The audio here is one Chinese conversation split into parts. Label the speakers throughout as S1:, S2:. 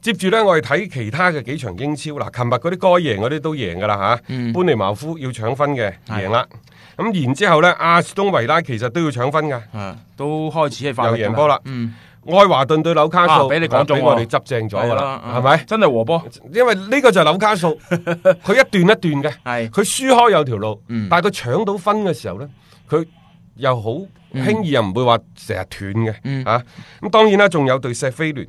S1: 接住呢，我哋睇其他嘅幾場英超嗱，琴日嗰啲該贏嗰啲都贏噶啦吓，
S2: 嗯
S1: 班尼茅夫要搶分嘅
S2: 係
S1: 贏啦，咁然之後呢，阿士東維拉其實都要搶分噶，
S2: 啊，都開始係
S1: 嗯
S2: 發
S1: 又
S2: 力㗎
S1: 贏波啦
S2: 嗯，
S1: 愛華頓對紐卡素，
S2: 啊俾你講中
S1: 俾
S2: 喎啊
S1: 我哋執正咗噶啦，係咪？
S2: 真係和波，
S1: 因為呢個就係紐卡 素，佢一段一段嘅，
S2: 係
S1: 佢輸開有條路，
S2: 嗯
S1: 但係佢搶到分嘅時候呢，佢又好輕易又唔會話成日斷嘅，
S2: 嗯
S1: 啊，咁當然啦，仲有對石飛聯。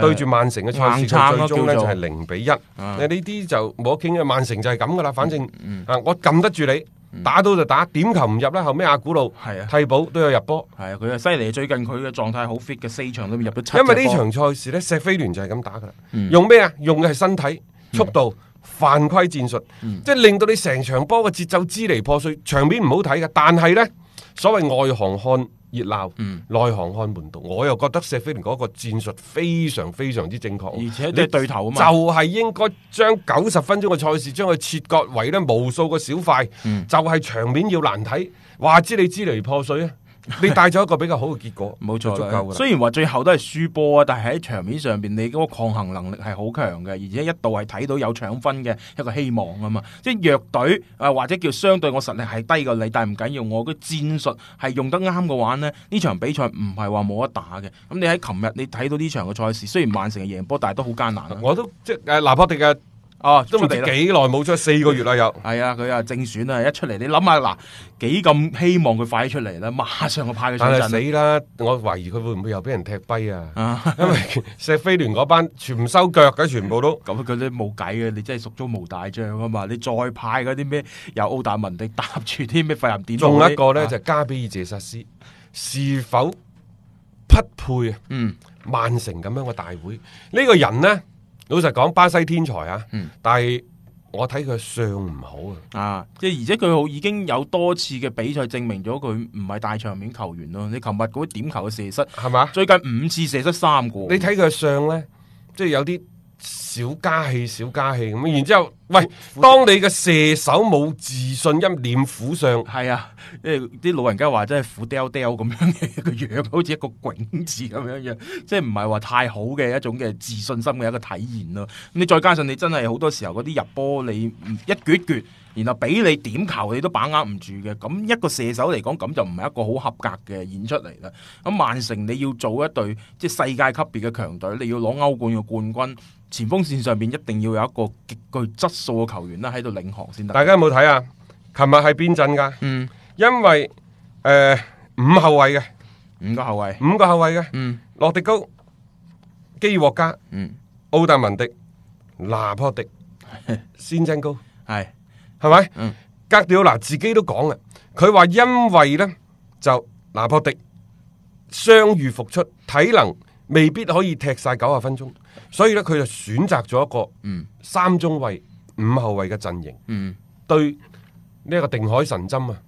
S1: 對住曼城嘅賽事，
S2: 硬撐
S1: 佢
S2: 咯
S1: 最終呢
S2: 叫
S1: 就
S2: 做
S1: 係零比一。呢啲就冇得傾嘅，曼城就係咁噶啦。反正
S2: 啊嗯
S1: 啊，我撳得住你，打到就打，點球唔入啦。後尾阿古路
S2: 係啊
S1: 替補都有入波，
S2: 係啊，佢啊犀利，最近佢嘅狀態好 fit 嘅，四場裏面入咗七隻
S1: 因
S2: 波，
S1: 為呢場賽事呢，石飛聯就係咁打噶啦。
S2: 嗯
S1: 用咩啊？用嘅係身體、速度、犯規戰術，
S2: 嗯
S1: 即係令到你成場波嘅節奏支離破碎，場面唔好睇嘅。但係呢，所謂外行看熱鬧，
S2: 嗯
S1: 內行看門道，我又覺得石飛聯嗰個戰術非常非常之正確。
S2: 而且都係對頭啊
S1: 就
S2: 嘛，
S1: 係應該將九十分鐘嘅賽事將佢切割為咧無數個小塊，
S2: 嗯
S1: 就係場面要難睇，話知你支離破碎啊！你帶咗一個比較好嘅結 果，
S2: 冇錯
S1: 就足夠
S2: 啦。
S1: 㗎啦。
S2: 雖然話最後都係輸波啊，但係喺場面上邊你嗰個抗衡能力係好強嘅，而且一度係睇到有搶分嘅一個希望啊嘛。即係弱隊啊，或者叫相對我實力係低過你，但係唔緊要，我嘅戰術係用得啱嘅話呢，呢場比賽唔係話冇得打嘅。咁你喺琴日你睇到呢場嘅賽事，雖然曼城係贏波，但係都好艱難啊。
S1: 我都即係誒拿破迪嘅
S2: 哦，
S1: 都唔
S2: 出
S1: 知
S2: 嚟啦
S1: 幾耐冇啊出，四個月啦又。
S2: 系啊，佢啊正選啊，一出嚟你諗下嗱，幾咁希望佢快啲出嚟啦，馬上就派佢上
S1: 但係
S2: 陣
S1: 死啦！我懷疑佢會唔會又俾人踢跛啊？
S2: 啊！
S1: 因為石飛聯嗰班全唔收腳嘅，全部都
S2: 咁佢都冇計嘅，你真係蜀中無大將啊嘛！你再派嗰啲咩由奧達文迪搭住啲咩費南典奴
S1: 仲
S2: 嗰啲，
S1: 有一個呢，
S2: 啊
S1: 就係加比爾謝薩斯是否匹配啊？
S2: 嗯
S1: 曼城咁樣嘅大會，呢、個人呢，老實講，巴西天才啊，
S2: 嗯
S1: 但係我睇佢相唔好啊。
S2: 啊，即係而且佢好已經有多次嘅比賽證明咗佢唔係大場面球員咯。你琴日嗰啲點球嘅射失，
S1: 係嘛？
S2: 最近五次射失三個，
S1: 你睇佢嘅相呢，即係有啲小家氣、小家氣咁。然之後，喂，當你嘅射手冇自信，一臉苦相，
S2: 係啊，即係啲老人家話真係苦雕雕咁樣嘅個樣，好似一個囧字咁樣樣，即係唔係話太好嘅一種嘅自信心嘅一個體現咯。咁你再加上你真係好多時候嗰啲入波你一撅撅，然後俾你點球你都把握唔住嘅，咁一個射手嚟講咁就唔係一個好合格嘅演出嚟啦。咁曼城你要做一隊即係世界級別嘅強隊，你要攞歐冠嘅冠軍。前鋒線上邊一定要有一個極具質素嘅球員啦，喺度領航先得。
S1: 大家有冇睇啊？琴日係邊陣㗎？
S2: 嗯，
S1: 因為誒、呃五後衞嘅，
S2: 五個後衞，
S1: 五個後衞嘅，
S2: 嗯
S1: 洛迪高、基沃加、
S2: 嗯。
S1: 奧達文迪、拿破迪、先真高。
S2: 系，
S1: 系咪？
S2: 嗯
S1: 格調嗱自己都講啦，佢話因為呢，就拿破迪傷愈復出，體能未必可以踢晒九十分鐘，所以呢，佢就選擇咗一個
S2: 嗯
S1: 三中衛五後衛嘅陣型，
S2: 嗯，
S1: 對呢一個定海神針啊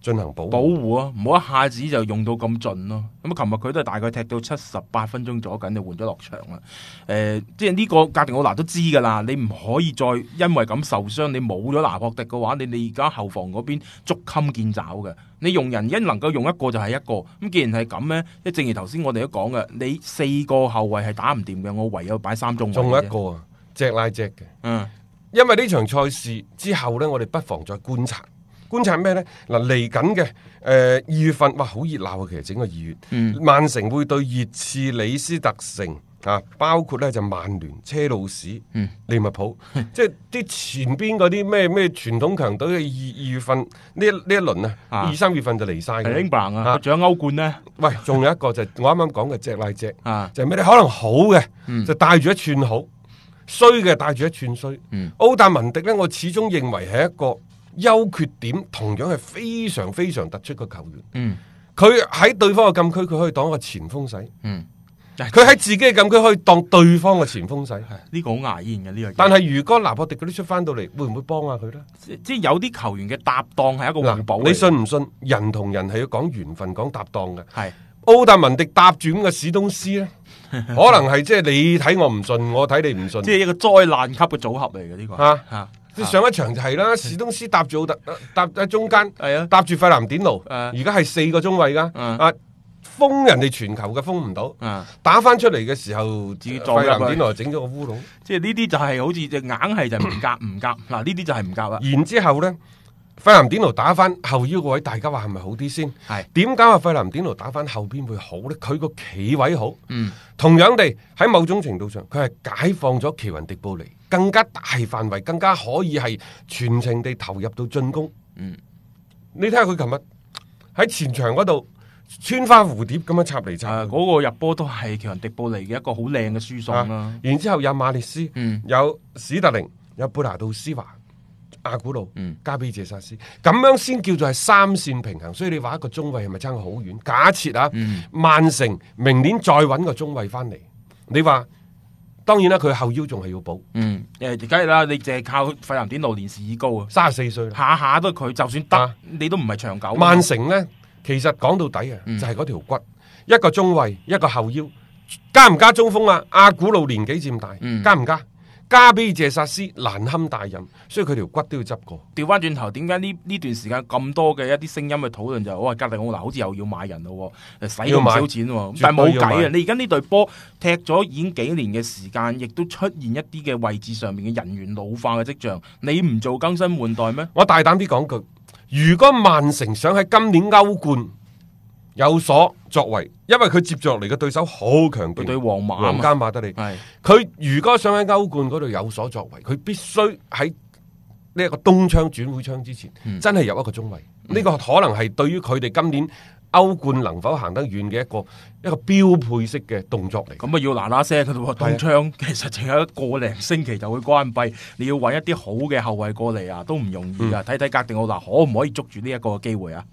S1: 進行保護
S2: 保護啊，唔好一下子就用到咁盡咯。咁啊，琴日佢都係大概踢到七十八分鐘左緊，就換咗落場啦。诶、即係呢個格迪奧拿都知㗎啦，你唔可以再因為咁受傷，你冇咗拿破迪嘅話，你你而家後防嗰邊捉襟見肘嘅。你用人一能夠用一個就係一個，咁既然係咁呢，即係正如頭先我哋都講嘅，你四個後衞係打唔掂嘅，我唯有擺三中衞。
S1: 仲有一，個啊，隻拉隻嘅。
S2: 嗯
S1: 因為呢場賽事之後呢，我哋不妨再觀察觀察咩呢？嗱，嚟緊嘅誒呃二月份，哇，好熱鬧啊！其實整個二月，
S2: 嗯
S1: 曼城會對熱刺、里斯特城啊，包括呢就曼聯、車路士、
S2: 嗯
S1: 利物浦，即係啲前邊嗰啲咩咩傳統強隊嘅二二月份呢一呢一輪啊，
S2: 啊
S1: 二三月份就嚟晒
S2: 係
S1: 嘅
S2: 拎。棒
S1: 啊
S2: 啊，仲有歐冠呢。
S1: 喂，仲有一個就係我啱啱講嘅隻拉隻。
S2: 啊，
S1: 就係咩咧？可能好嘅，
S2: 嗯
S1: 就帶住一串好；衰嘅帶住一串衰。
S2: 嗯
S1: 奧達文迪呢，我始終認為係一個優缺點同樣係非常非常突出嘅球員。
S2: 嗯
S1: 佢喺對方嘅禁區，佢可以當一個前鋒使；
S2: 嗯
S1: 佢喺自己嘅禁區可以當對方嘅前鋒使。
S2: 呢個好牙煙嘅呢樣嘢。
S1: 但係如果拿破迪嗰啲出翻到嚟，會唔會幫下佢呢？
S2: 即即係有啲球員嘅搭檔係一個互
S1: 嗱，
S2: 補嚟嘅。
S1: 你信唔信？人同人係要講緣分、講搭檔嘅。
S2: 係
S1: 奧達文迪搭住咁嘅史東斯 呢，可能係即係你睇我唔順，我睇你唔
S2: 即
S1: 順。
S2: 係一個災難級嘅組合嚟嘅呢個。
S1: 嚇
S2: 嚇
S1: 即係上一場就係
S2: 嗯
S1: 啦，史東斯搭住奧特呃搭喺中間，
S2: 係啊
S1: 搭住費南典奴，
S2: 啊
S1: 而家係四個中衞噶，
S2: 嗯
S1: 啊封人哋全球嘅封唔到，
S2: 啊！
S1: 打翻出嚟嘅時候，
S2: 自己撞
S1: 費
S2: 入
S1: 南
S2: 去
S1: 典奴整咗個烏龍，
S2: 即係呢啲就係好似隻硬 係就唔夾唔夾，嗱呢啲就係唔夾啦。
S1: 然之後呢，費南典奴打翻後腰個位，大家話係咪好啲先？
S2: 係
S1: 點解話費南典奴打翻後邊會好呢？佢個企位好，
S2: 嗯
S1: 同樣地喺某種程度上，佢係解放咗奇雲迪布尼，更加大範圍，更加可以係全程地投入到進攻。
S2: 嗯，
S1: 你睇下佢琴日喺前場嗰度穿花蝴蝶咁樣插嚟插
S2: 啊
S1: 去，
S2: 嗰個入波都係喬人迪布尼嘅一個好靚嘅輸送啦
S1: 啊。然之後有馬列斯，
S2: 嗯
S1: 有史特靈，有貝拿杜斯華。阿古路、
S2: 嗯
S1: 加比謝薩斯，咁樣先叫做係三線平衡，所以你話一個中衞係咪爭好遠？假設啊，
S2: 嗯
S1: 曼城明年再揾個中衞翻嚟，你話當然啦，佢後腰仲係要補，
S2: 嗯，誒梗係啦，你淨係靠費南典奴年事已高啊，
S1: 三十四歲啦。
S2: 下下都係佢，就算得
S1: 啊
S2: 你都唔係長久。
S1: 曼城呢，其實講到底啊，
S2: 嗯
S1: 就係嗰條骨，一個中衞，一個後腰，加唔加中鋒啊？阿古路年紀漸大，
S2: 嗯
S1: 加唔加？加比謝薩斯難堪大任，所以佢條骨都要執過。
S2: 調翻轉頭，點解呢呢段時間咁多嘅一啲聲音去討論就係哇格迪奧拿好似又要買人咯喎，誒使咗唔少錢喎，咁
S1: 絕對
S2: 但係冇計
S1: 要買
S2: 啊！你而家呢隊波踢咗已經幾年嘅時間，亦都出現一啲嘅位置上面嘅人員老化嘅跡象，你唔做更新換代咩？
S1: 我大膽啲講句，如果曼城想喺今年歐冠有所作為，因為佢接住落嚟嘅對手好強
S2: 佢對
S1: 勁，
S2: 皇馬啊
S1: 皇
S2: 嘛
S1: 家馬德里，
S2: 係
S1: 佢如果想喺歐冠嗰度有所作為，佢必須喺呢一個冬窗轉會窗之前，
S2: 嗯
S1: 真係有一個中衞。呢、個可能係對於佢哋今年歐冠能否行得遠嘅一個一個標配式嘅動作嚟。
S2: 咁啊要嗱嗱聲噶咯
S1: 係
S2: 喎，冬
S1: 啊
S2: 窗其實淨有一個零星期就會關閉，
S1: 嗯
S2: 你要揾一啲好嘅後衞過嚟啊，都唔容易啊！睇睇格迪奧拿可唔可以捉住呢一個機會啊？